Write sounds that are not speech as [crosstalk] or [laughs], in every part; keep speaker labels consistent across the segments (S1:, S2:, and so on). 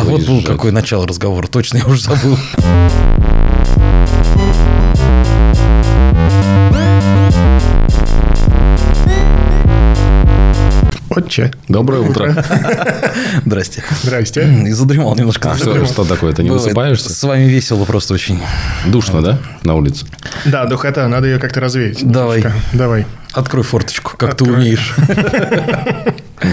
S1: А вот
S2: выезжать.
S1: был какое начало разговора, точно я уже забыл. [laughs]
S3: Отче.
S2: Доброе утро.
S1: Здрасте.
S3: Здрасте.
S1: И задремал немножко.
S2: А что, что такое? Ты не
S1: Бывает.
S2: высыпаешься?
S1: С вами весело просто очень.
S2: Душно, да? На улице.
S3: Да, духота, надо ее как-то развеять.
S1: Давай.
S3: Немножко. Давай.
S1: Открой форточку, как ты
S3: Открой. [laughs]
S1: умеешь.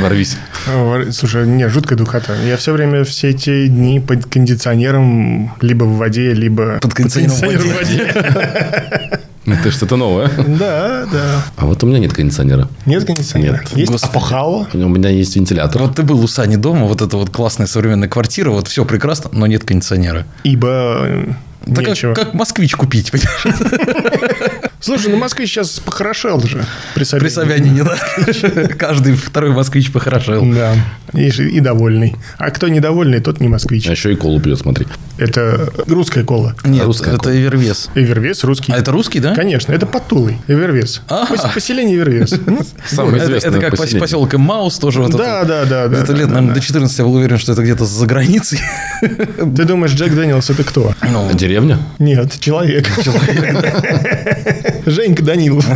S2: Ворвись.
S3: Вар- Слушай, не, жуткая духота. Я все время все эти дни под кондиционером, либо в воде, либо...
S1: Под кондиционером в [laughs]
S3: воде.
S2: Это что-то новое.
S3: Да, да.
S2: А вот у меня нет кондиционера.
S3: Нет кондиционера?
S2: Нет.
S3: Есть
S1: Господи.
S3: опахало?
S2: У меня есть вентилятор.
S1: Вот ты был у Сани дома, вот эта вот классная современная квартира, вот все прекрасно, но нет кондиционера.
S3: Ибо э,
S1: Да как,
S3: нечего.
S1: как москвич купить, понимаешь?
S3: Слушай, ну Москве сейчас похорошел же. При
S1: При Собянине, да?
S3: [laughs]
S1: Каждый второй москвич похорошел.
S3: Да. И, ж- и довольный. А кто недовольный, тот не москвич.
S2: А
S1: Э.
S2: еще и колу пьет, смотри.
S3: Это русская кола.
S1: Нет,
S2: Русская
S1: это Эвервес.
S3: Эвервес русский.
S1: А это русский, да?
S3: Конечно, это под Тулой. Эвервес.
S1: А.
S3: Пос- Поселение Эвервес.
S1: [laughs]
S2: Самое
S1: Это-
S2: известное
S1: Это как
S2: поселение.
S1: поселок Маус тоже. вот
S3: Да,
S1: это-
S3: да, да. да,
S1: Это
S3: да,
S1: лет,
S3: да,
S1: наверное, до 14 я был уверен, что это где-то за границей.
S3: да. Ты думаешь, Джек Дэниелс это кто?
S1: Ну,
S2: Деревня?
S3: Нет, человек. [laughs] Женька Данилов. [laughs]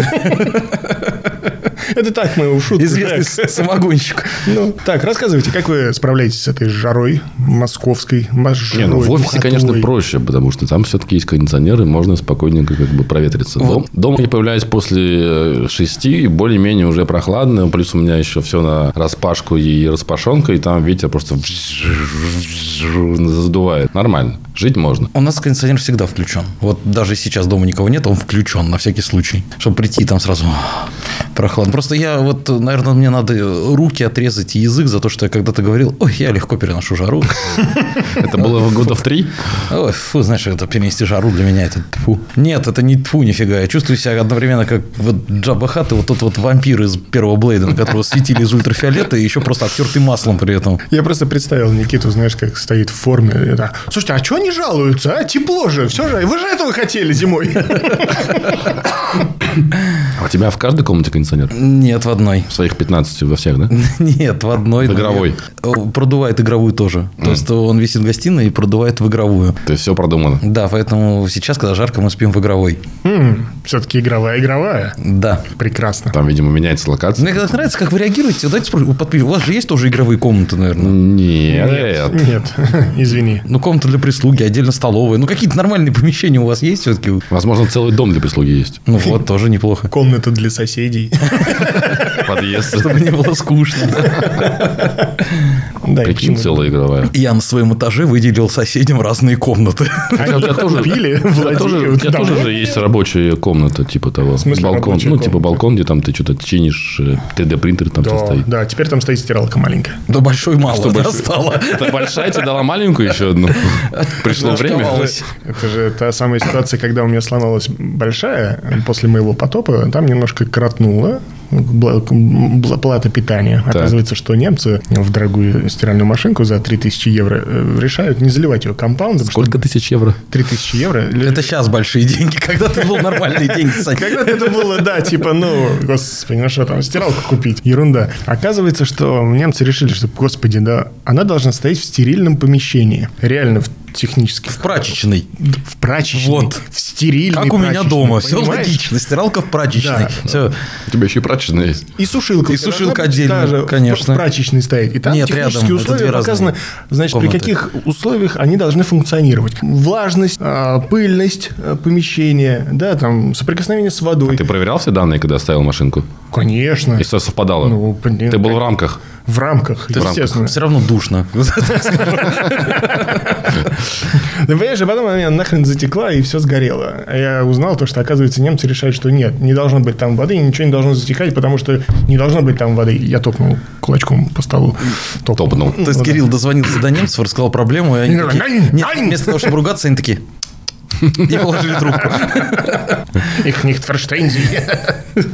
S3: Это так мы в шутку.
S1: [laughs] известный
S3: Жек.
S1: с- самогонщик.
S3: Ну, так, рассказывайте, как вы справляетесь с этой жарой московской?
S2: Не, ну в офисе, конечно, проще, потому что там все-таки есть кондиционер, и можно спокойненько как бы проветриться. Дом, дома я появляюсь после э, шести, и более-менее уже прохладно, плюс у меня еще все на распашку и распашонка, и там ветер просто задувает. Нормально, жить можно.
S1: У нас кондиционер всегда включен. Вот даже сейчас дома никого нет, он включен на всякий случай. Чтобы прийти и там сразу прохладно. Просто я вот, наверное, мне надо руки отрезать и язык за то, что я когда-то говорил, ой, я легко переношу жару. [laughs]
S2: Это было года в три.
S1: Ой, фу, знаешь, это перенести жару для меня, это тьфу. Нет, это не тьфу, нифига. Я чувствую себя одновременно как вот Джабба Хат и вот тот вот вампир из первого Блейда, на которого светили из ультрафиолета и еще просто обтертый маслом при этом.
S3: Я просто представил Никиту, знаешь, как стоит в форме. и так, Слушайте, а чего они жалуются, а? Тепло же, все же, вы же этого хотели зимой. [laughs]
S2: А у тебя в каждой комнате кондиционер?
S1: Нет, в одной.
S2: В своих 15 во всех, да?
S1: [laughs] Нет, в одной.
S2: В игровой.
S1: Э, Продувает игровую тоже. То есть э, он висит в гостиной и продувает в игровую.
S2: То есть все продумано.
S1: Да, поэтому сейчас, когда жарко, мы спим в игровой.
S3: Все-таки Хм, игровая, игровая.
S1: Да.
S3: Прекрасно.
S2: Там, видимо, меняется локация.
S1: Мне когда нравится, как вы реагируете. Давайте спросим, у подпи- у вас же есть тоже игровые комнаты, наверное?
S2: Нет.
S3: Нет, [laughs] извини.
S1: Ну, комната для прислуги, отдельно столовая. Ну, какие-то нормальные помещения у вас есть все-таки?
S2: Возможно, целый дом для прислуги есть.
S1: Ну, вот, тоже неплохо.
S3: Комната
S2: [laughs]
S3: для соседей.
S2: Подъезд.
S1: Чтобы не было скучно.
S3: Да, и
S2: Прикинь,
S3: почему?
S2: целая игровая.
S1: Я на своем этаже выделил соседям разные комнаты. [laughs]
S3: Они
S2: тебя
S3: их
S2: тоже-
S3: купили,
S2: У тебя тоже, у
S3: владеют
S2: тебя тоже же есть рабочая комната, типа того.
S3: смысле
S2: балкон.
S3: рабочая
S2: Ну, типа
S3: комната?
S2: балкон, где там ты что-то чинишь, э, 3D-принтер там всё
S3: Да,
S2: стоит.
S3: да, теперь там стоит стиралка маленькая.
S1: Да большой мало да,
S2: большой?
S1: стало.
S2: Это большая, тебе дала маленькую еще [laughs] одну. Пришло время.
S1: Оставалось.
S3: Это же та самая ситуация, когда у меня сломалась большая после моего потопа. Там немножко кротнуло бла- бла- плата питания. Оказывается, что немцы в дорогую стиральную машинку за 3000 евро э, решают не заливать ее компаундом. что
S2: Сколько тысяч евро?
S3: 3000 евро.
S1: Это сейчас большие деньги, [laughs] когда ты был нормальные деньги, Сань.
S3: Когда-то это было, да, типа, ну, господи, ну что там, стиралку купить, ерунда. Оказывается, что немцы решили, что, господи, да, она должна стоять в стерильном помещении. Реально, в технически.
S1: В прачечной.
S3: В прачечной.
S1: Вот.
S3: В стерильной
S1: Как у меня
S3: прачечной,
S1: дома. Все
S3: понимаешь?
S1: логично. Стиралка в прачечной.
S3: Да.
S1: Все.
S2: У тебя еще и прачечная есть.
S3: И сушилка.
S1: И
S3: у тебя
S1: сушилка
S3: должна быть
S1: отдельно,
S3: та же в-
S1: конечно.
S3: В прачечной стоит. И там
S1: Нет,
S3: технические
S1: рядом, это
S3: условия
S1: две разные
S3: показаны. Значит,
S1: комнаты.
S3: при каких условиях они должны функционировать. Влажность, а, пыльность а, помещения, да, там, соприкосновение с водой.
S1: А
S2: Ты проверял все данные, когда ставил машинку?
S3: Конечно.
S2: И все совпадало?
S3: Ну, блин,
S2: Ты был в рамках?
S3: В рамках,
S2: рамках.
S3: естественно.
S1: Все равно душно.
S3: Ну Да понимаешь, а потом она меня нахрен затекла, и все сгорело. А я узнал то, что, оказывается, немцы решают, что нет, не должно быть там воды, и ничего не должно затекать, потому что не должно быть там воды. Я топнул кулачком по столу. Топнул.
S2: Топнул.
S1: [laughs] То есть Кирилл дозвонился до немцев, рассказал проблему, и они
S3: Они
S1: такие,
S3: говорят, «Нань,
S1: нет,
S3: нань!»
S1: вместо того, чтобы ругаться, они такие,
S3: [laughs]
S1: и положили трубку.
S3: Их nicht verstehen Sie.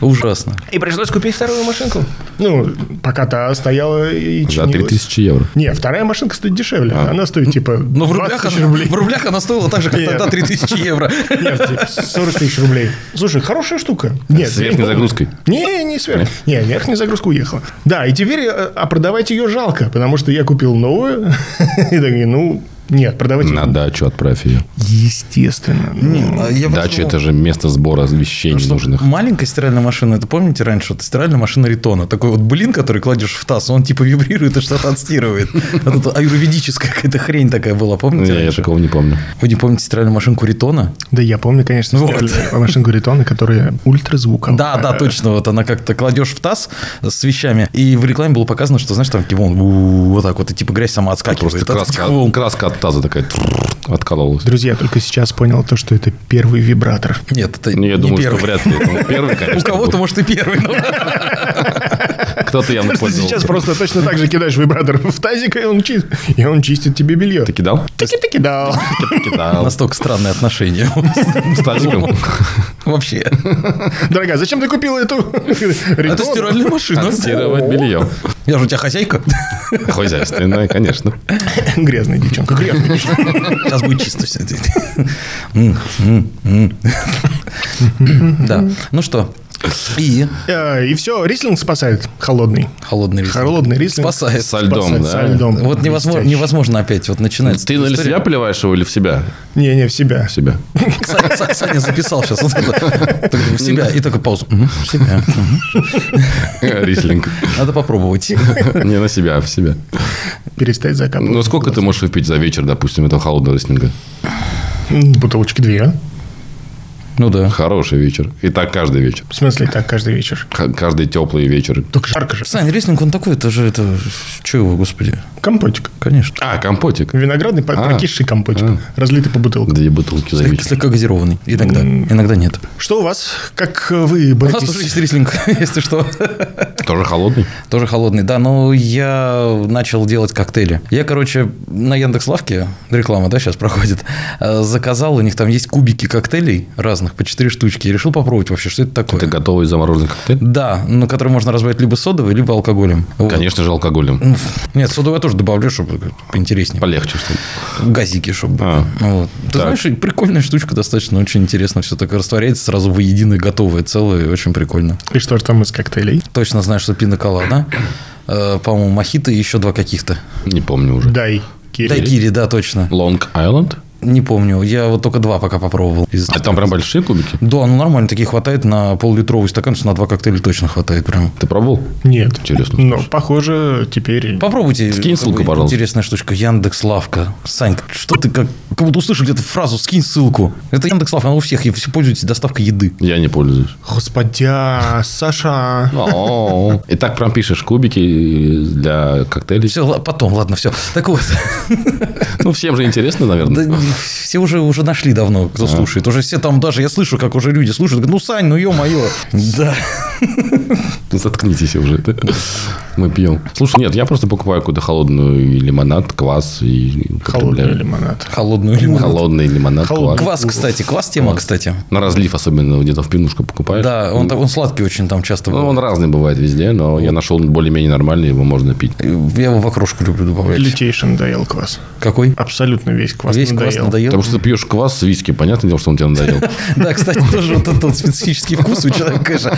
S1: Ужасно.
S4: И пришлось купить вторую машинку.
S3: Ну, пока та стояла и
S2: За
S3: чинилась.
S2: 3000 евро.
S3: Не, вторая машинка стоит дешевле.
S4: А.
S3: Она стоит, типа,
S4: Ну,
S1: Но в
S3: 20
S1: рублях,
S3: тысяч
S1: она,
S3: рублей.
S1: в рублях она стоила так же, как
S3: Нет.
S1: тогда 3000 евро.
S3: Нет, типа, 40 тысяч рублей. Слушай, хорошая штука. Нет,
S2: С верхней загрузкой.
S3: Не, не сверх. Не, верхняя загрузка уехала. Да, и теперь, э, а продавать ее жалко, потому что я купил новую. [laughs] И такие, ну, нет, продавать её-
S2: На дачу отправь ее.
S3: Естественно. ну,
S1: А я
S2: Дача –
S1: просто-
S2: это же место сбора вещей ненужных.
S1: Маленькая стиральная машина, это помните раньше, вот стиральная машина Ритона, такой вот блин, который кладешь в таз, он типа вибрирует и что-то отстирывает. А тут аюрведическая какая-то хрень такая была, помните?
S2: Я, я
S1: раньше?
S2: такого не помню.
S1: Вы не помните стиральную машинку Ритона?
S3: Да, я помню, конечно,
S1: Вот.
S3: стиральную машинку Ритона, которая ультразвуком.
S1: Да, да, точно. Вот она как-то кладешь в таз с вещами, и в рекламе было показано, что, знаешь, там типа, он у, вот так вот, и типа грязь сама отскакивает.
S2: А Просто
S1: от этих
S2: краска,
S1: волн.
S2: краска от таза такая трррр, откололась.
S3: Друзья, я только сейчас понял то, что это первый вибратор.
S1: Нет, это
S2: Ну, я
S1: не
S2: думаю,
S1: первый.
S2: что вряд ли. Ну, первый, конечно.
S1: У кого-то, может, и первый.
S2: [laughs]
S1: но-
S2: был. Кто-то явно
S3: Просто
S2: пользовался.
S3: сейчас просто точно так же кидаешь вибратор в тазик, и он, чист, и он чистит тебе белье.
S2: Ты кидал?
S3: Таки-таки, да.
S2: Кидал.
S1: Настолько странные отношения.
S2: С тазиком.
S1: [laughs] Вообще.
S3: Дорогая, зачем ты купила эту Ритон?
S1: Это стиральная машина.
S2: Стирывать белье.
S1: Я же у тебя хозяйка. [laughs]
S2: Хозяйственное, конечно.
S3: [laughs] Грязная девчонка, грязная девчонка.
S1: Сейчас будет чисто все. [laughs] Да. Ну что? И
S3: Э, И все, рислинг спасает холодный.
S1: холодный рис.
S3: Холодный рислинг.
S1: Спасает.
S2: Со льдом,
S3: Спасает со
S2: да?
S3: льдом.
S1: Вот невозможно,
S3: Блестяще.
S1: невозможно опять вот начинается.
S2: Ты на
S1: история.
S2: себя плеваешь его или в себя?
S3: Не-не, в себя.
S2: В себя.
S1: Саня, Са- Саня записал сейчас. В себя. И только паузу. Мгм, В себя. Мгм.
S2: Рислинг.
S1: Надо попробовать.
S2: Не на себя, а в себя.
S3: Перестать закапывать.
S2: Ну, сколько ты можешь выпить за вечер, допустим, этого холодного рислинга?
S3: М, Бутылочки две. а?
S1: Ну да.
S2: Хороший вечер. И так каждый вечер.
S3: В смысле так каждый вечер?
S2: Х- Каждый теплый вечер.
S3: Только жарко же.
S1: Саня, рестлинг, он такой, это же, это, что его, господи,
S3: Компотик.
S1: конечно.
S2: А, компотик.
S3: Виноградный по-
S2: А.
S3: прокисший компотик.
S2: А.
S3: Разлитый по бутылкам.
S2: Две бутылки за вечер.
S1: Слегка газированный. Иногда. Иногда нет.
S3: Что у вас? Как э, вы
S1: У нас тоже
S3: боретесь?
S1: есть рислинг, [laughs] если что.
S2: Тоже холодный?
S1: Тоже холодный, да, но я начал делать коктейли. Я, короче, на Яндекс.Лавке, реклама, да, сейчас проходит, э, заказал, у них там есть кубики коктейлей разных, по 4 штучки, и решил попробовать вообще, что это такое.
S2: Это готовый замороженный коктейль?
S1: Да, но который можно разбавить либо содовой, либо алкоголем. Вот.
S2: Конечно же, алкоголем.
S1: Ну, ф- Нет, содовую я тоже добавлю, чтобы поинтереснее.
S2: Полегче, что ли.
S1: Газики, чтобы. были.
S2: А,
S1: Вот. Ты
S2: так.
S1: знаешь, и прикольная штучка достаточно, очень интересно. Все так растворяется сразу воедино, готовое, целое, и очень прикольно.
S3: И что же там из коктейлей?
S1: Точно знаю, что пина колада, э, по-моему, мохито и еще два каких-то.
S2: Не помню уже.
S3: Дай, Кири.
S1: Дайгири, да, точно.
S2: Лонг Айленд?
S1: Не помню. Я вот только два пока попробовал. Из-
S2: А там прям большие кубики?
S1: Да, ну нормально, такие хватает на пол-литровый стакан, что на два коктейля точно хватает прям.
S2: Ты пробовал?
S3: Нет.
S2: Интересно.
S3: Но, похоже, теперь...
S1: Попробуйте. как
S2: Скинь
S1: бы,
S2: ссылку, пожалуйста.
S1: Интересная штучка. Яндекс Лавка. Сань, что ты как, как будто услышал где-то фразу «скинь ссылку». Это Яндекс Лавка, она у всех, и все пользуетесь доставкой еды.
S2: Я не пользуюсь.
S3: Господя, Саша.
S2: И так прям пишешь кубики э, для коктейлей.
S1: Все, потом, ладно, все. Так вот, [laughs]
S2: Ну, всем же интересно,
S1: да
S2: наверное.
S1: все уже, уже нашли давно, кто слушает. Уже все там даже, я слышу, как уже люди слушают. говорят, Ну, Сань, ну ё-моё. Да.
S2: Ну, Заткнитесь уже. да. Мы пьем. Слушай, нет, я просто покупаю какую-то холодную и лимонад, квас и
S3: Холодный
S2: употребляю.
S3: лимонад.
S1: Холодную лимонад.
S2: Холодный лимонад,
S3: Холодный.
S2: квас.
S1: Квас, кстати. Квас тема, кстати.
S2: На разлив особенно где-то в пивнушку покупаешь.
S1: Да, он, так- он сладкий очень там часто.
S2: Ну,
S1: бывает.
S2: он разный бывает везде, но я нашел более-менее нормальный, его можно пить.
S1: Я его в окрошку люблю добавлять.
S3: Лютейший надоел квас.
S1: Какой?
S3: Абсолютно весь квас
S1: Весь квас
S3: надоел.
S1: надоел.
S2: Потому что ты пьешь квас с виски, понятное дело, что он тебе надоел.
S1: Да, кстати, тоже вот этот вот специфический вкус у человека, конечно.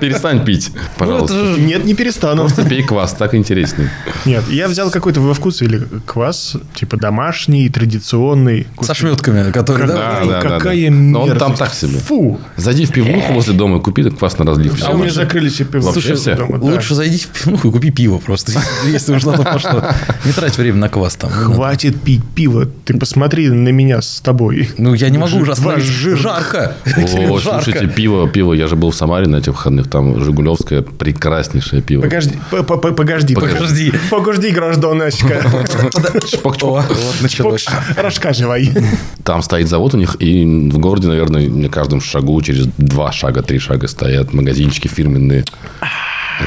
S2: Перестань пить, пожалуйста.
S1: же-
S3: Нет, не перестану.
S2: Просто пей квас, так интереснее.
S3: Нет, я взял какой-то во вкус или квас, типа домашний, традиционный.
S1: Со шметками, которые, да?
S2: Да, да, да,
S3: какая
S2: да. Но он
S3: мерзость.
S2: там так себе.
S3: Фу!
S2: Зайди в пивнуху возле дома и купи квас на разлив.
S3: А у меня закрылись и пиво.
S2: Вообще все?
S3: дома, да.
S1: Лучше зайди в пивнуху и купи пиво просто, [laughs] если уж на то пошло. Не трать время на квас там.
S3: Хватит пить пиво. Ты посмотри на меня с тобой.
S1: Ну, я не могу уже
S3: Ваш
S1: остановить.
S3: жир.
S1: Жарко.
S2: О,
S1: Кирилл,
S2: слушайте,
S1: [laughs] жарко.
S2: пиво, пиво. Я же был в Самаре на этих выходных. Там Жигулевское прекраснейшее пиво.
S3: Погоди, п- п- п- погоди,
S1: Подожди. [laughs]
S3: Погоди, гражданочка.
S1: О, Вот началось.
S3: Рассказывай.
S2: Там стоит завод у них, и в городе, наверное, на каждом шагу через два шага, три шага стоят магазинчики фирменные.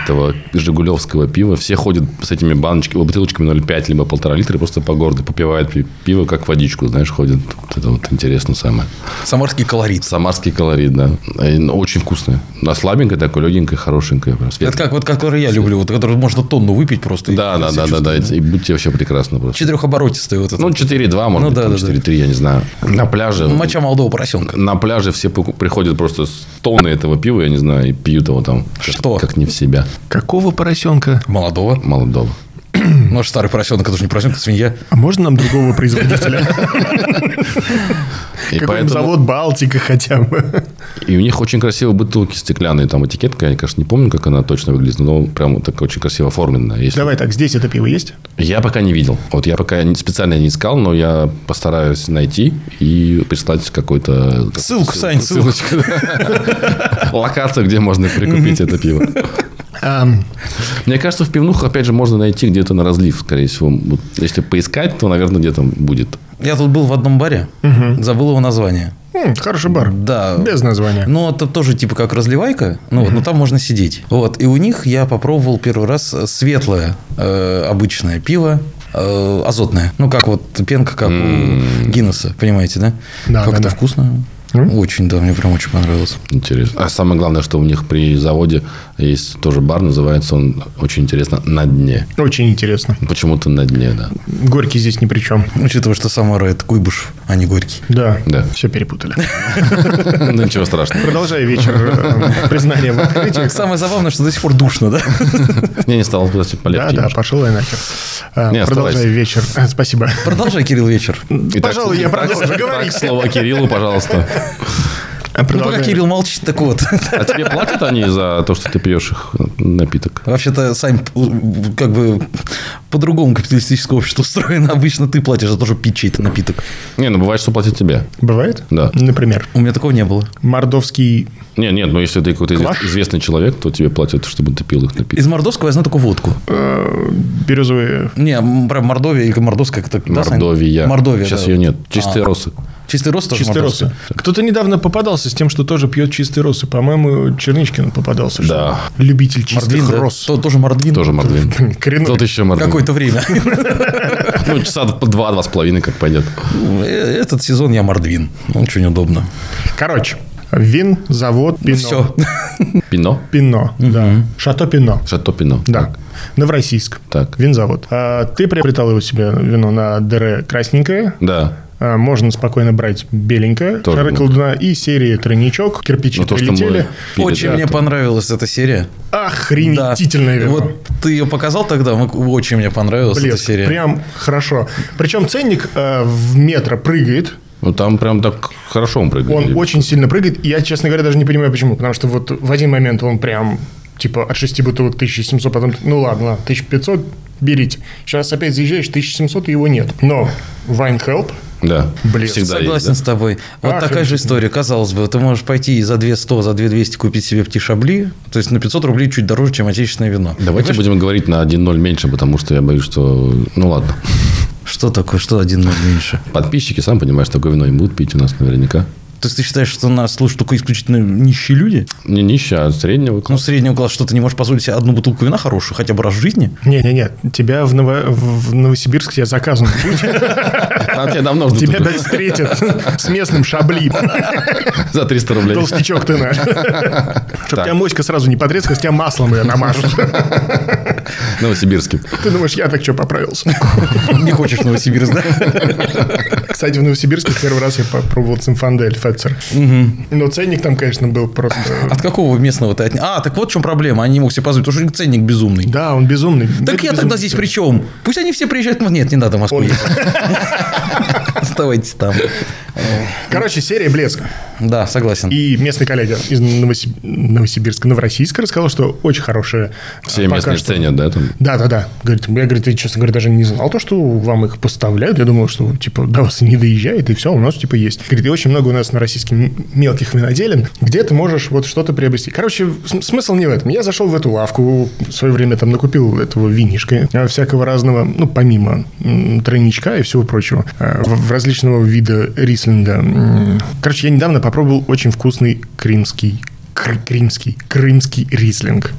S2: этого жигулевского пива. Все ходят с этими баночками, бутылочками 0,5 либо полтора литра, просто по городу попивают пи- пиво, как водичку, знаешь, ходят. Вот это вот интересно самое.
S1: Самарский колорит.
S2: Самарский колорит, да. И, ну, Очень вкусное. На слабенькое такое, легенькое, хорошенькое. Прям
S1: Это
S2: светлое.
S1: как, вот, который я люблю, вот, который можно тонну выпить просто. и
S2: Да, да,
S1: себя
S2: да, да, да.
S1: чувствовать.
S2: И будьте вообще прекрасно просто.
S1: Четырехоборотистый вот этот.
S2: Ну, 4-2, может
S1: Ну,
S2: быть,
S1: да,
S2: там
S1: да, да.
S2: 4-3, я не знаю. На пляже.
S1: Моча молодого поросенка.
S2: На пляже все поку- приходят просто с тонны этого пива, я не знаю, и пьют его там.
S1: Что?
S2: Как не в себя.
S4: Какого поросенка?
S1: Молодого.
S2: Молодого.
S1: Ну, аж старый поросенок, это же не поросенок, это свинья.
S3: А можно нам другого производителя?
S2: И,
S3: Какой-нибудь
S2: поэтому-
S3: завод Балтика хотя бы.
S2: и у них очень красивые бутылки стеклянные, там этикетка, я, конечно, не помню, как она точно выглядит, но прям так очень красиво оформленная. Если-
S3: Давай так, здесь это пиво есть?
S2: Я пока не видел. Вот я пока не- специально не искал, но я постараюсь найти и прислать какой-то...
S1: Ссылку, Сань, ссылку.
S2: Ссылочку. Локацию, где можно прикупить это пиво.
S3: Ам,
S2: Мне кажется, в пивнухах, опять же, можно найти где-то на разлив, скорее всего. Вот Если поискать, то, наверное, где-то будет.
S1: Я тут был в одном баре, забыл его название.
S3: м, Хороший бар.
S1: Да.
S3: Без названия.
S1: Но это тоже типа как разливайка, ну вот, но там можно сидеть. Вот, и у них я попробовал первый раз э, светлое э, обычное пиво, э, азотное. Ну, как вот пенка, как у Гиннесса, понимаете, да?
S3: Да,
S1: как
S3: да,
S1: это
S3: да.
S1: вкусно.
S3: М?
S1: Очень, да, мне прям очень понравилось.
S2: Интересно. А самое главное, что у них при заводе есть тоже бар, называется он очень интересно «На дне».
S3: Очень интересно.
S2: Почему-то «На дне», да.
S3: Горький здесь ни при чем.
S1: Ну, Учитывая, что Самара – это Куйбышев, а не Горький.
S3: Да.
S2: Да.
S3: Все перепутали.
S2: [laughs] Ну, Ничего страшного.
S3: Продолжай вечер э, признания в открытии.
S1: Самое забавное, что до сих пор душно,
S3: [laughs]
S1: да?
S2: Я не стал кстати,
S3: Да,
S2: полегче.
S3: да,
S2: немножко.
S3: пошел я нахер. А,
S2: Не,
S3: Продолжай
S2: оставайся.
S3: вечер. А, Спасибо.
S1: Продолжай, Кирилл, вечер.
S3: Ну,
S2: Итак,
S3: Пожалуй, я
S2: так,
S3: продолжу
S2: так,
S3: говорить.
S2: Слова Кириллу, пожалуйста.
S3: А,
S1: Ну, пока
S3: продолжай.
S1: Кирилл молчит, так вот. [laughs]
S2: А тебе платят они за то, что ты пьешь их напиток?
S1: Вообще-то, Сань, п- как бы по-другому капиталистическое общество устроено. Обычно ты платишь за то, чтобы пить чей-то напиток.
S2: Не, ну бывает, что платят тебе.
S3: Бывает?
S2: Да.
S3: Например,
S1: У меня такого не было.
S3: мордовский...
S2: Нет, нет, но если ты какой-то
S3: Кваш?
S2: извест- известный человек, то тебе платят, чтобы ты пил их напиток.
S1: Из мордовского я знаю только водку.
S3: э, Березовый...
S1: Не, м, прям Мордовия или мордовская. как-то, да, Сань?
S2: Мордовия. А.
S1: Мордовия,
S2: Сейчас
S1: да. А.
S2: ее нет. Чистые росы.
S1: Чистый рост тоже
S3: Чистый
S1: мордовский.
S3: росы. Кто-то недавно попадался с тем, что тоже пьет чистый росы. По-моему, Черничкин попадался. что
S2: Да.
S3: ли. Любитель
S1: Мордвин,
S3: чистых
S1: да?
S3: роз.
S1: То- Тоже мордвин.
S2: Тоже мордвин. [laughs]
S3: Коренной.
S2: Тот еще мордвин.
S1: Какое-то время.
S2: [laughs] Ну, часа два, два с половиной, как пойдет.
S1: Э, Этот сезон я мордвин. Очень удобно.
S3: Короче, вин, завод,
S2: Ну
S3: пино.
S1: Все.
S2: Пино?
S3: Пино, да. Шато пино.
S2: Шато пино.
S3: Да. Новороссийск.
S2: Так.
S3: Винзавод. А, ты приобретал его себе вино на ДР красненькое.
S2: Да.
S3: А, можно спокойно брать беленькое.
S2: Тоже
S3: Шары
S2: было.
S3: колдуна и серии тройничок. Кирпичи
S2: Ну, то, что
S3: прилетели.
S2: мы пили,
S1: Очень
S2: да,
S1: мне
S2: то-
S1: понравилась эта серия.
S3: Охренительное вино.
S1: Вот ты ее показал тогда, мы- очень мне понравилась эта
S3: Блеск.
S1: серия.
S3: Прям хорошо. Причем ценник э, в метро прыгает.
S2: Ну, там прям так хорошо он прыгает.
S3: Он очень сильно прыгает. И я, честно говоря, даже не понимаю, почему. Потому что вот в один момент он прям, типа, от 6 бутылок 1700, потом, ну ладно, 1500, берите. Сейчас опять заезжаешь, 1700, и его нет. Но Вайнхелп,
S2: Да.
S3: Блин,
S2: Всегда
S1: Согласен
S2: есть,
S1: с тобой. Вот
S3: Ах,
S1: такая же
S3: отлично.
S1: история. Казалось бы, ты можешь пойти и за 200, за 2200 купить себе птишабли, то есть на 500 рублей чуть дороже, чем отечественное вино.
S2: да. Давайте будем говорить на 1-0 меньше, потому что я боюсь, что... Ну, ладно.
S1: Что такое, что один ноль меньше?
S2: Подписчики, сам понимаешь, такое вино им будут пить у нас наверняка.
S1: То есть ты считаешь, что нас слушают только исключительно нищие люди?
S2: Не нищие, а среднего
S1: Ну,
S2: класса.
S1: среднего класса, что ты не можешь позволить себе одну бутылку вина хорошую, хотя бы раз в жизни?
S3: не-не-не, тебя в, Ново- в Новосибирск я [laughs] заказан.
S2: Там тебя давно ждут
S3: Тебя
S2: уже.
S3: опять встретят с местным шабли.
S2: за 300 рублей.
S3: Толстячок ты наш. Чтоб тебя моська сразу не потрескалась, тебя маслом ее [laughs] намажут.
S2: Новосибирске.
S3: Ты думаешь, я так что поправился?
S1: Не хочешь Новосибирск, да?
S3: Кстати, в Новосибирске в первый раз я попробовал цимфандель, фетцер. Но ценник там, конечно,
S1: [laughs]
S3: был просто...
S1: От какого местного ты отня- А, так вот в чем проблема, они не могут себе позволить, потому что у них ценник безумный.
S3: Да, он безумный.
S1: Так я тогда здесь при чем? Пусть они все приезжают. Ну, Нет, не надо в Москву
S3: Он-
S1: ехать. [laughs] Оставайтесь там.
S3: Короче, серия «Блеск».
S1: Да, согласен.
S3: И местный коллега из Новосиб- Новосибирска, Новороссийска рассказал, что очень хорошая. э,
S2: Все местные ценят, да? там?
S3: Да-да-да. Говорит, я, говорит, я, честно говоря, даже не знал то, что вам их поставляют. Я думал, что, типа, до вас и не доезжает, и все, у нас, типа, есть. Говорит, и очень много у нас на российских м- мелких виноделен, где ты можешь вот что-то приобрести. Короче, см- смысл не в этом. Я зашел в эту лавку, в свое время там накупил этого винишка, э, всякого разного, ну, помимо м, тройничка и всего прочего, э, в в различного вида рислинга. М, Короче, я недавно попробовал очень вкусный крымский кр- Крымский, крымский рислинг.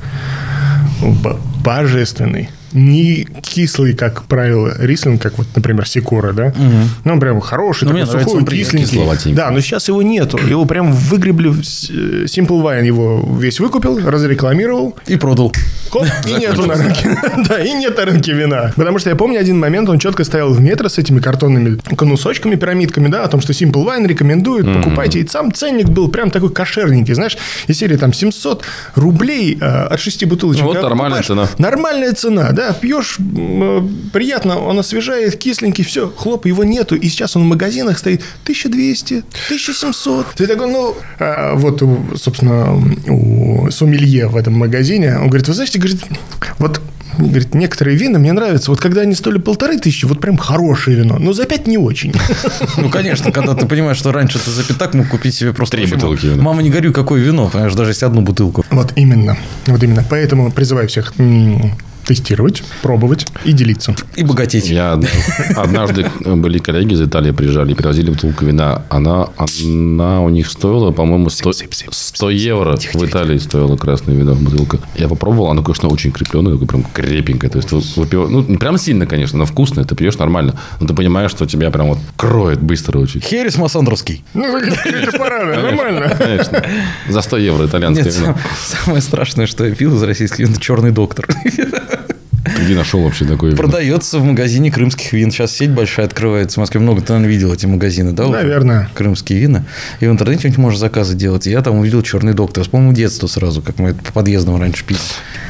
S3: Б- Божественный. Не кислый, как правило, рислинг, как вот, например, Секора, да? Ну, прям хороший,
S1: Ну, мне
S3: такой
S1: нравится,
S3: сухой,
S1: он приятный,
S3: кисленький.
S2: кисловатенький.
S3: Да, но сейчас его нету. Его прям выгребли. в с- э, Simple Wine его весь выкупил, разрекламировал.
S1: И продал.
S3: Хоп, [laughs] и нету на рынке. [laughs] Да, и нет на рынке вина. Потому что я помню один момент, он четко стоял в метро с этими картонными конусочками, пирамидками, да, о том, что Simple Wine рекомендует, покупайте. И сам ценник был прям такой кошерненький, знаешь, из серии там 700 рублей э, от 6 бутылочек.
S2: Вот
S3: Когда
S2: нормальная
S3: покупаешь,
S2: цена.
S3: Нормальная цена, да, пьешь, м, э, приятно, он освежает, кисленький, все, хлоп, его нету. И сейчас он в магазинах стоит 1200, 1700. Ты такой, ну, а, вот, у, собственно, у сомелье в этом магазине, он говорит, вы знаете, говорит, вот Говорит, некоторые вина мне нравятся. Вот когда они стоили полторы тысячи, вот прям хорошее вино. Но за пять не [laughs] очень.
S1: Ну, конечно, когда ты понимаешь, что раньше ты за пятак мог купить себе просто...
S2: Три
S1: вообще,
S2: бутылки вина.
S1: Мама, не горюй, какое вино, понимаешь, даже если одну бутылку.
S3: Вот именно. Вот именно. Поэтому призываю всех м, тестировать, пробовать и делиться.
S1: И богатеть.
S2: Я одна- однажды были коллеги из Италии приезжали и привозили бутылку вина. Она, она у них стоила, по-моему, 100, 100 евро. В Италии стоила красное вино, бутылка. Я попробовал, оно, конечно, очень крепленое, такое прям крепенькое. То есть, ты выпиваешь- ну, не прям сильно, конечно, но вкусное, ты пьешь нормально. Но ты понимаешь, что тебя прям вот кроет быстро очень.
S1: Херес Массандровский.
S3: Ну, это пора,
S2: Конечно. За 100 евро итальянское
S1: Нет,
S2: вино.
S1: сам- самое страшное, что я пил из российских вин, это черный доктор. [laughs]
S2: Ты где нашел вообще такое вино?
S1: Продается в магазине крымских вин. Сейчас сеть большая открывается в Москве. Много ты, наверное, видел эти магазины, да? уже?
S3: Наверное.
S1: Крымские вина. И в интернете у них можно заказы делать. И я там увидел черный доктор. Вспомнил детство сразу, как мы это по подъездам раньше пили.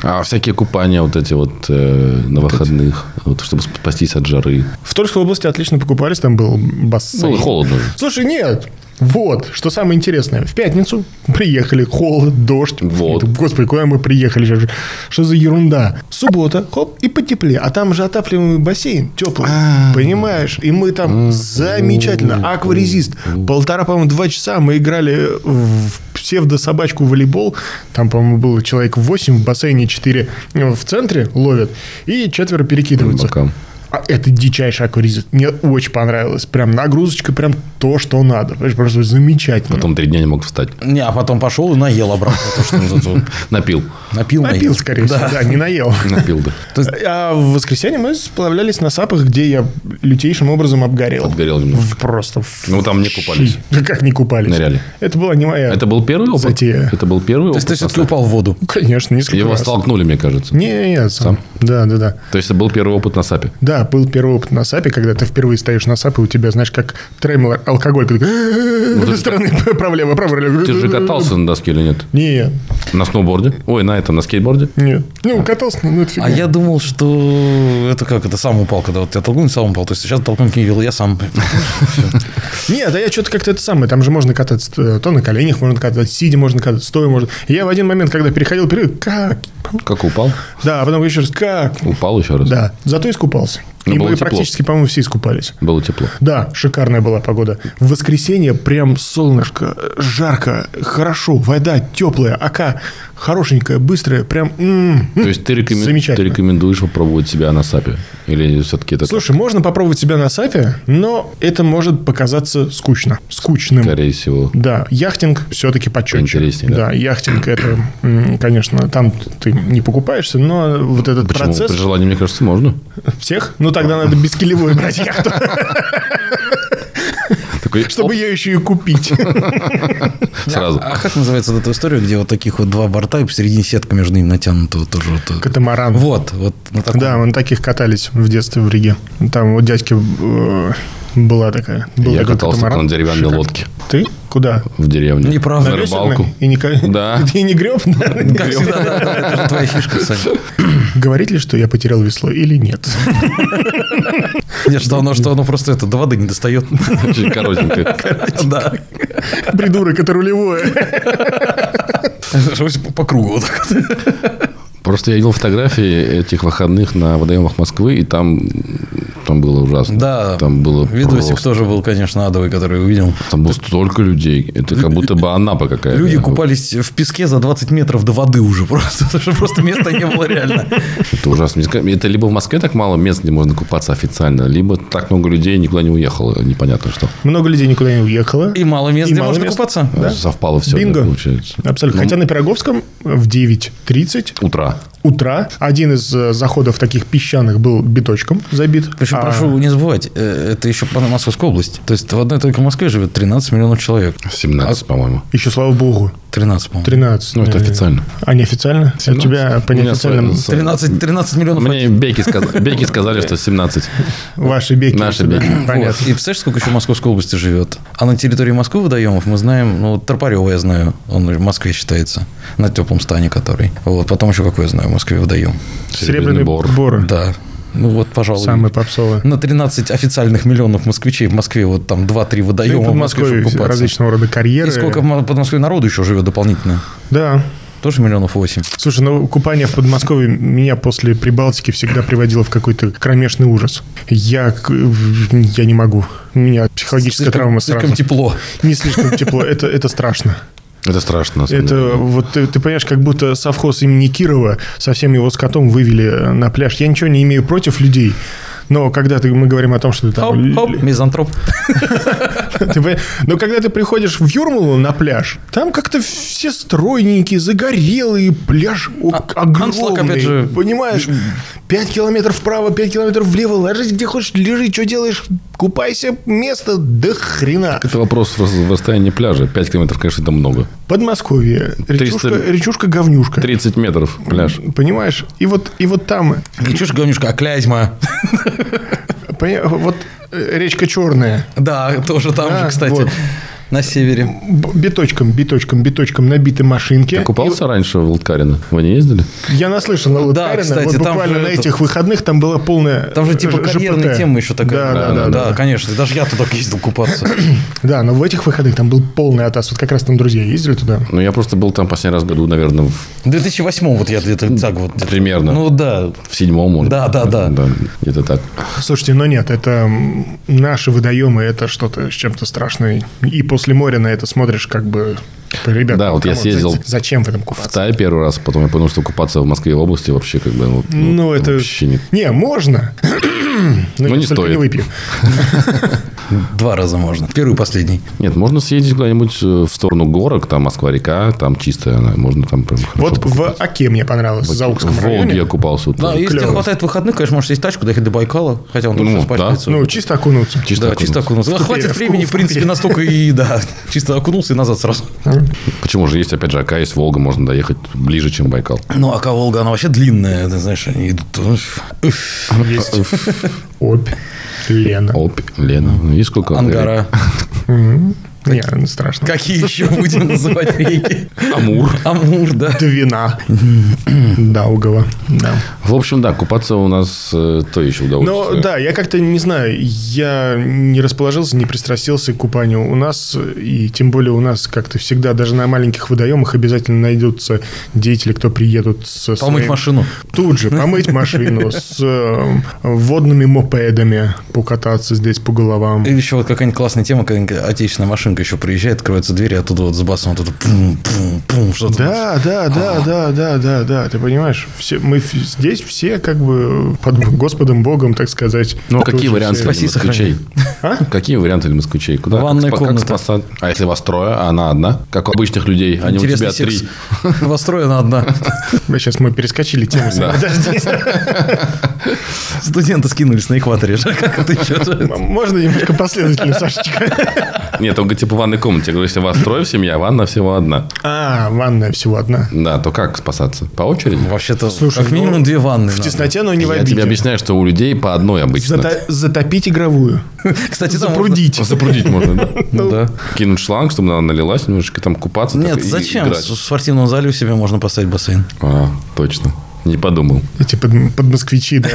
S2: А всякие купания вот эти вот э, на выходных, вот, чтобы спастись от жары.
S3: В Тульской области отлично покупались, там был бассейн.
S2: Было холодно.
S3: Слушай, нет. Вот, что самое интересное. В пятницу приехали, холод, дождь.
S2: Вот.
S3: Господи, куда мы приехали? сейчас же? Что за ерунда? Суббота, хоп, и потеплее. А там же отапливаемый бассейн, теплый.
S2: А.
S3: Понимаешь? И мы там замечательно. Акварезист. Полтора, по-моему, два часа мы играли в псевдо-собачку волейбол. Там, по-моему, было человек 8, в бассейне 4 в центре ловят. И четверо перекидываются.
S2: Бокам.
S3: А это дичайший акваризит. Мне очень понравилось. Прям нагрузочка, прям то, что надо. Понимаешь, Просто замечательно.
S2: Потом три дня не мог встать. [laughs]
S1: Не, а потом пошел и наел обратно то, что он зато
S2: Напил.
S1: напил.
S3: Напил,
S1: наел.
S3: скорее всего. Да, не наел.
S2: Напил, да.
S1: То есть
S3: А в воскресенье мы сплавлялись на сапах, где я лютейшим образом обгорел.
S2: Отгорел немножко.
S3: В- Просто в
S2: Ну, там не купались.
S3: щи. [laughs] Да как не купались?
S2: Ныряли.
S3: Это была не моя...
S2: Это был первый опыт?
S3: Затея.
S2: Это был первый
S1: то есть
S2: опыт?
S1: ты все-таки
S2: на
S1: упал в воду.
S3: Конечно, несколько
S2: сапе? Его
S3: раз.
S2: столкнули, мне кажется.
S3: Не, не, не, сам. Да, да, да.
S2: То есть это был первый опыт на САПе.
S3: Да, был первый опыт на САПе, когда ты впервые стоишь на САПе, у тебя, знаешь, как тремор, алкоголь. Ты [laughs] такой, стороны правая, правая.
S2: Ты же катался на доске или нет?
S3: Не,
S2: На сноуборде? Ой, на этом, на скейтборде?
S3: не. Ну, катался, ну, это
S1: А
S3: фигня.
S1: я думал, что это как, это сам упал, когда вот я толкнул, сам упал. То есть сейчас толкнуть не видел, я [laughs] сам.
S3: Нет, а я что-то как-то это самое. Там же можно кататься э, то на коленях, можно кататься, сидя можно кататься, стоя можно. И Я в один момент, когда переходил период, как?
S2: Как упал?
S3: Да, а потом еще раз, как?
S2: Упал еще раз.
S3: Да, зато искупался.
S2: Ну,
S3: И
S2: было
S3: мы
S2: тепло.
S3: практически, по-моему, все искупались.
S2: Было тепло.
S3: Да, шикарная была погода. В воскресенье прям солнышко, э, жарко, хорошо, вода теплая, ака хорошенькая, быстрая, прям... м-м. м, м.
S2: То есть ты, рекомен-
S3: Замечательно.
S2: ты рекомендуешь попробовать себя на САПе? Или все-таки это
S3: Слушай, можно попробовать себя на сапе, но это может показаться скучно. Скучным.
S2: скорее всего?
S3: Да, яхтинг все-таки почетче.
S2: Поинтереснее, да?
S3: да? яхтинг это, м, конечно, там ты не покупаешься, но вот этот
S2: Почему?
S3: процесс
S2: При желании, мне кажется, можно.
S3: [laughs] всех, ну тогда надо бескилевой
S2: [laughs]
S3: брать яхту,
S2: Такой,
S3: чтобы
S2: оп,
S3: ее еще
S2: [laughs]
S3: и купить.
S2: сразу.
S1: А как называется вот эта история, где вот таких вот два борта и посередине сетка между ними натянута вот тоже вот.
S3: Катамаран.
S1: Вот, вот на таком.
S3: Да, мы на таких катались в детстве в Риге. Там у дядьки э, была такая. был
S2: Я
S3: такой
S2: катался
S3: катамаран.
S2: на деревянной
S3: Шикарно.
S2: лодке
S3: Ты? Куда?
S2: в деревне.
S1: Неправда.
S2: На
S3: Весельно?
S2: рыбалку.
S3: И не, ко-
S2: [laughs] Да.
S3: [laughs] и не греб? да?
S1: Как всегда, да, да, это же твоя фишка, Саня.
S3: Говорит ли, что я потерял весло
S2: [laughs]
S3: или нет?
S1: Нет, что оно, что оно просто это до воды не достает.
S2: [laughs] Очень коротенько.
S1: [laughs] Да.
S3: Придурок, это рулевое.
S1: Шлось По кругу вот так вот.
S2: Просто я видел фотографии этих выходных на водоемах Москвы, и там Там было ужасно.
S1: Да,
S2: Там было
S1: видосик
S2: просто-
S1: тоже был, конечно, адовый, который увидел.
S2: Там было столько людей. Это как будто бы Анапа какая-то. ну,
S1: Люди купались в песке за 20 метров до воды уже просто. потому что Просто места не было реально.
S2: Это ужасно. Мне ска- Это либо в Москве так мало мест, где можно купаться официально, либо так много людей никуда не уехало. Непонятно что.
S3: Много людей никуда не уехало.
S1: И мало мест,
S3: И
S1: где
S3: мало
S1: можно
S3: мест.
S1: купаться.
S3: Да.
S2: А, Совпало все,
S3: Бинго.
S2: получается.
S3: Абсолютно. Хотя на Пироговском в 9.30
S2: Утра.
S3: утра один из э, заходов таких песчаных был биточком забит.
S1: Причем,
S3: А,
S1: прошу не забывать, э, это еще по Московской области. То есть в одной только Москве живет 13 миллионов человек.
S2: 17,
S3: А-
S2: по-моему.
S3: Еще, слава богу,
S1: 13, по-моему.
S3: 13.
S2: Ну, это
S3: наверное.
S2: официально.
S3: А неофициально? У
S2: 17.
S3: тебя по
S2: У меня
S3: неофициальным...
S2: своя-
S1: 13, 13
S3: ну,
S1: миллионов.
S2: Мне беки, сказ- беки сказали, что
S3: [laughs]
S2: 17.
S3: Ваши беки.
S2: Наши
S3: у тебя.
S2: беки.
S1: Вот.
S3: Понятно.
S1: И представляешь, сколько еще Московской области живет? А на территории Москвы водоемов мы знаем, ну, вот Тропарева я знаю, он в Москве считается, на теплом стане который. Вот, потом еще какой я знаю в Москве водоем.
S3: Серебряный бор.
S1: Да. Ну, вот, пожалуй.
S3: Самый попсовый.
S1: На 13 официальных миллионов москвичей в Москве вот там 2-3
S3: Ну, и
S1: водоема
S3: в
S1: в Москве,
S3: Подмосковье
S1: чтобы купаться.
S3: различного рода карьеры.
S1: И сколько в Мо- Подмосковье народу еще живет дополнительно?
S3: Да.
S1: Тоже миллионов 8.
S3: Слушай, ну купание в Подмосковье меня после Прибалтики всегда приводило в какой-то кромешный ужас. Я, к- в- я не могу. У меня психологическая травма сразу.
S1: Слишком тепло.
S3: Не слишком тепло. Это, это страшно.
S2: Это страшно, на самом деле.
S3: Это вот ты, ты понимаешь, как будто совхоз имени Кирова со всем его скотом вывели э, на пляж. Я ничего не имею против людей. Но когда ты, мы говорим о том, что ты там...
S1: Хоп, хоп, мизантроп.
S3: Ты пони- Но когда ты приходишь в Юрмалу на пляж, там как-то все стройненькие, загорелые, пляж о-
S1: А- Аншлаг,
S3: огромный.
S1: опять же.
S3: Понимаешь? 5 километров вправо, 5 километров влево, ложись где хочешь, лежи, что делаешь, купайся, место до хрена.
S2: Это вопрос в в расстоянии пляжа. 5 километров, конечно, это много.
S3: Подмосковье,
S2: 300
S3: речушка, речушка говнюшка.
S2: 30 метров пляж.
S3: Понимаешь? И вот, и вот там,
S1: Гречушка, говнюшка, а клязьма.
S3: поня- вот э, речка черная,
S1: [laughs] Да, тоже там
S3: Да,
S1: же, кстати.
S3: вот.
S1: На севере.
S3: б- биточком, биточком, биточком набиты машинки.
S2: Ты купался раньше в Луткарино? Вы не ездили?
S3: Я наслышан на
S1: Да,
S3: Луткарина.
S1: кстати,
S3: вот
S1: там
S3: буквально
S1: же
S3: на
S1: это-
S3: этих выходных там была полная
S1: Там же типа
S3: ж-
S1: карьерная
S3: ЖПТ.
S1: тема еще такая.
S3: Да, да, да. да, да.
S1: конечно. Даже я туда ездил [clears throat] купаться.
S3: Да, но в этих выходных там был полный атас. Вот как раз там друзья ездили туда.
S2: Ну, я просто был там последний раз в году, наверное, в
S1: В 2008 вот я где-то так вот.
S2: Примерно.
S1: Ну да.
S2: в седьмом, может.
S1: Да, да, да.
S2: Где-то так.
S3: Слушайте, но нет, это м, наши водоемы, это что-то с чем-то страшное. И после моря на это смотришь как бы... Ребята,
S2: Да, вот я
S3: камон,
S2: съездил
S3: за- Зачем в этом
S2: В
S3: купаться?
S2: Тае первый раз, потом я понял, что купаться в Москве в области вообще как бы... Ну,
S3: Ну, это...
S2: Вообще не...
S3: Не, [clears throat] можно. Но
S2: Ну,
S3: я
S2: не
S3: столько
S2: стоит.
S3: не выпью.
S1: Два раза можно. Первый и последний.
S2: Нет, можно съездить куда-нибудь э, в сторону горок, там Москва-река, там чистая она, можно там прям хорошо
S3: Вот в
S2: покупаться.
S3: Оке мне понравилось, в Заукском
S2: В Волге я
S3: районе.
S2: купался. вот
S1: Да,
S2: тоже.
S1: если тебе
S3: клево.
S1: хватает выходных, конечно, можешь сесть в тачку, доехать до Байкала, хотя он тоже
S2: Ну,
S1: сейчас
S2: да.
S1: пачкается.
S3: Ну, чисто окунуться.
S2: Чисто
S1: да,
S2: окунуться.
S1: чисто окунулся. Да,
S3: Купили,
S1: хватит
S3: в
S1: времени, в
S3: купили.
S1: принципе, настолько и да. Чисто окунулся и назад сразу.
S2: Почему же есть, опять же, Ака, есть Волга, можно доехать ближе, чем Байкал.
S1: Ну, а Волга, она вообще длинная, ты знаешь, они идут. уф, уф.
S3: Есть. Обь. Лена.
S2: Оп, Лена, ну, есть сколько? отелей?
S1: Ангара.
S3: Не, ну, страшно.
S1: Какие еще будем называть реки?
S2: Амур.
S1: Амур, да.
S3: Двина. Даугова. Да.
S2: В общем, да, купаться у нас э, то еще удовольствие.
S1: Ну,
S3: Но да, я как-то не знаю, я не расположился, не пристрастился к купанию. У нас, и тем более у нас как-то всегда, даже на маленьких водоемах обязательно найдутся деятели, кто приедут с
S1: Помыть машину.
S3: Тут же помыть машину с э, водными мопедами, покататься здесь по головам.
S1: И еще вот какая-нибудь классная тема, когда отечественная машинка еще приезжает, открываются двери, и оттуда вот с басом вот это пум, пум, пум, что-то.
S3: Да, да, да, да, да, да, да. Ты понимаешь, все, мы ф- здесь все как бы под Господом Богом, так сказать.
S2: Ну, а какие
S3: Тоже
S2: варианты
S3: все.
S1: Спаси,
S2: для москвичей?
S3: А?
S2: Какие варианты для москвичей? Куда?
S1: Ванная
S2: как спа- как
S1: комната.
S2: спасать? А если вас трое, а она одна? Как у обычных людей, они у тебя
S1: Интересный секс.
S2: три.
S1: Построена одна.
S3: Сейчас мы перескочили тему. Подожди.
S1: Студенты скинулись на экваторе. Как это еще?
S3: Можно немножко последовательно, Сашечка?
S2: Нет, он говорит, типа в ванной комнате. Я говорю, если вас трое в семье, а ванна всего одна.
S3: А, ванная всего одна.
S2: Да, то как спасаться? По очереди?
S1: Вообще-то,
S3: Слушай,
S1: как
S3: ну,
S1: минимум две ванны.
S3: В
S1: надо.
S3: тесноте, но не в
S2: Я тебе
S3: обиде.
S2: объясняю, что у людей по одной обычно.
S3: Зата- Затопить игровую.
S1: Кстати, там
S3: Запрудить.
S2: Запрудить можно, да?
S1: можно- [laughs] Ну да.
S2: Кинуть шланг, чтобы она налилась немножечко, там купаться. так,
S1: Нет,
S2: и
S1: зачем? В
S2: играть.
S1: спортивном зале у себя можно поставить бассейн.
S2: А, точно. Не подумал.
S3: Эти под, москвичи, да.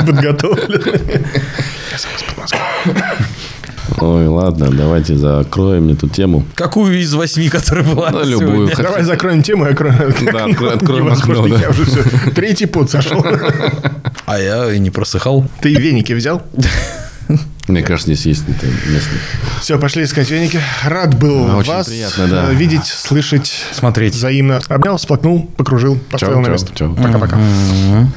S3: Подготовлены. Я сам из Подмосковья.
S2: Ой, ладно, давайте закроем эту тему.
S1: Какую из восьми, которая была
S2: Ну, любую.
S1: сегодня?
S3: Давай закроем тему и откроем. [laughs]
S2: Да, откро- откроем
S3: Невозможно,
S2: окно, да.
S3: Я уже все. Третий
S2: [laughs]
S3: пот сошел.
S1: А я и не просыхал.
S3: Ты веники взял?
S2: Мне кажется, здесь есть это местный.
S3: Все, пошли искать веники. Рад был
S2: А, очень
S3: вас
S2: приятно, да.
S3: э, видеть, слышать.
S1: Смотреть.
S3: Взаимно. Обнял, всплакнул, покружил, поставил на
S2: чё,
S3: место.
S2: чё.
S3: Пока-пока.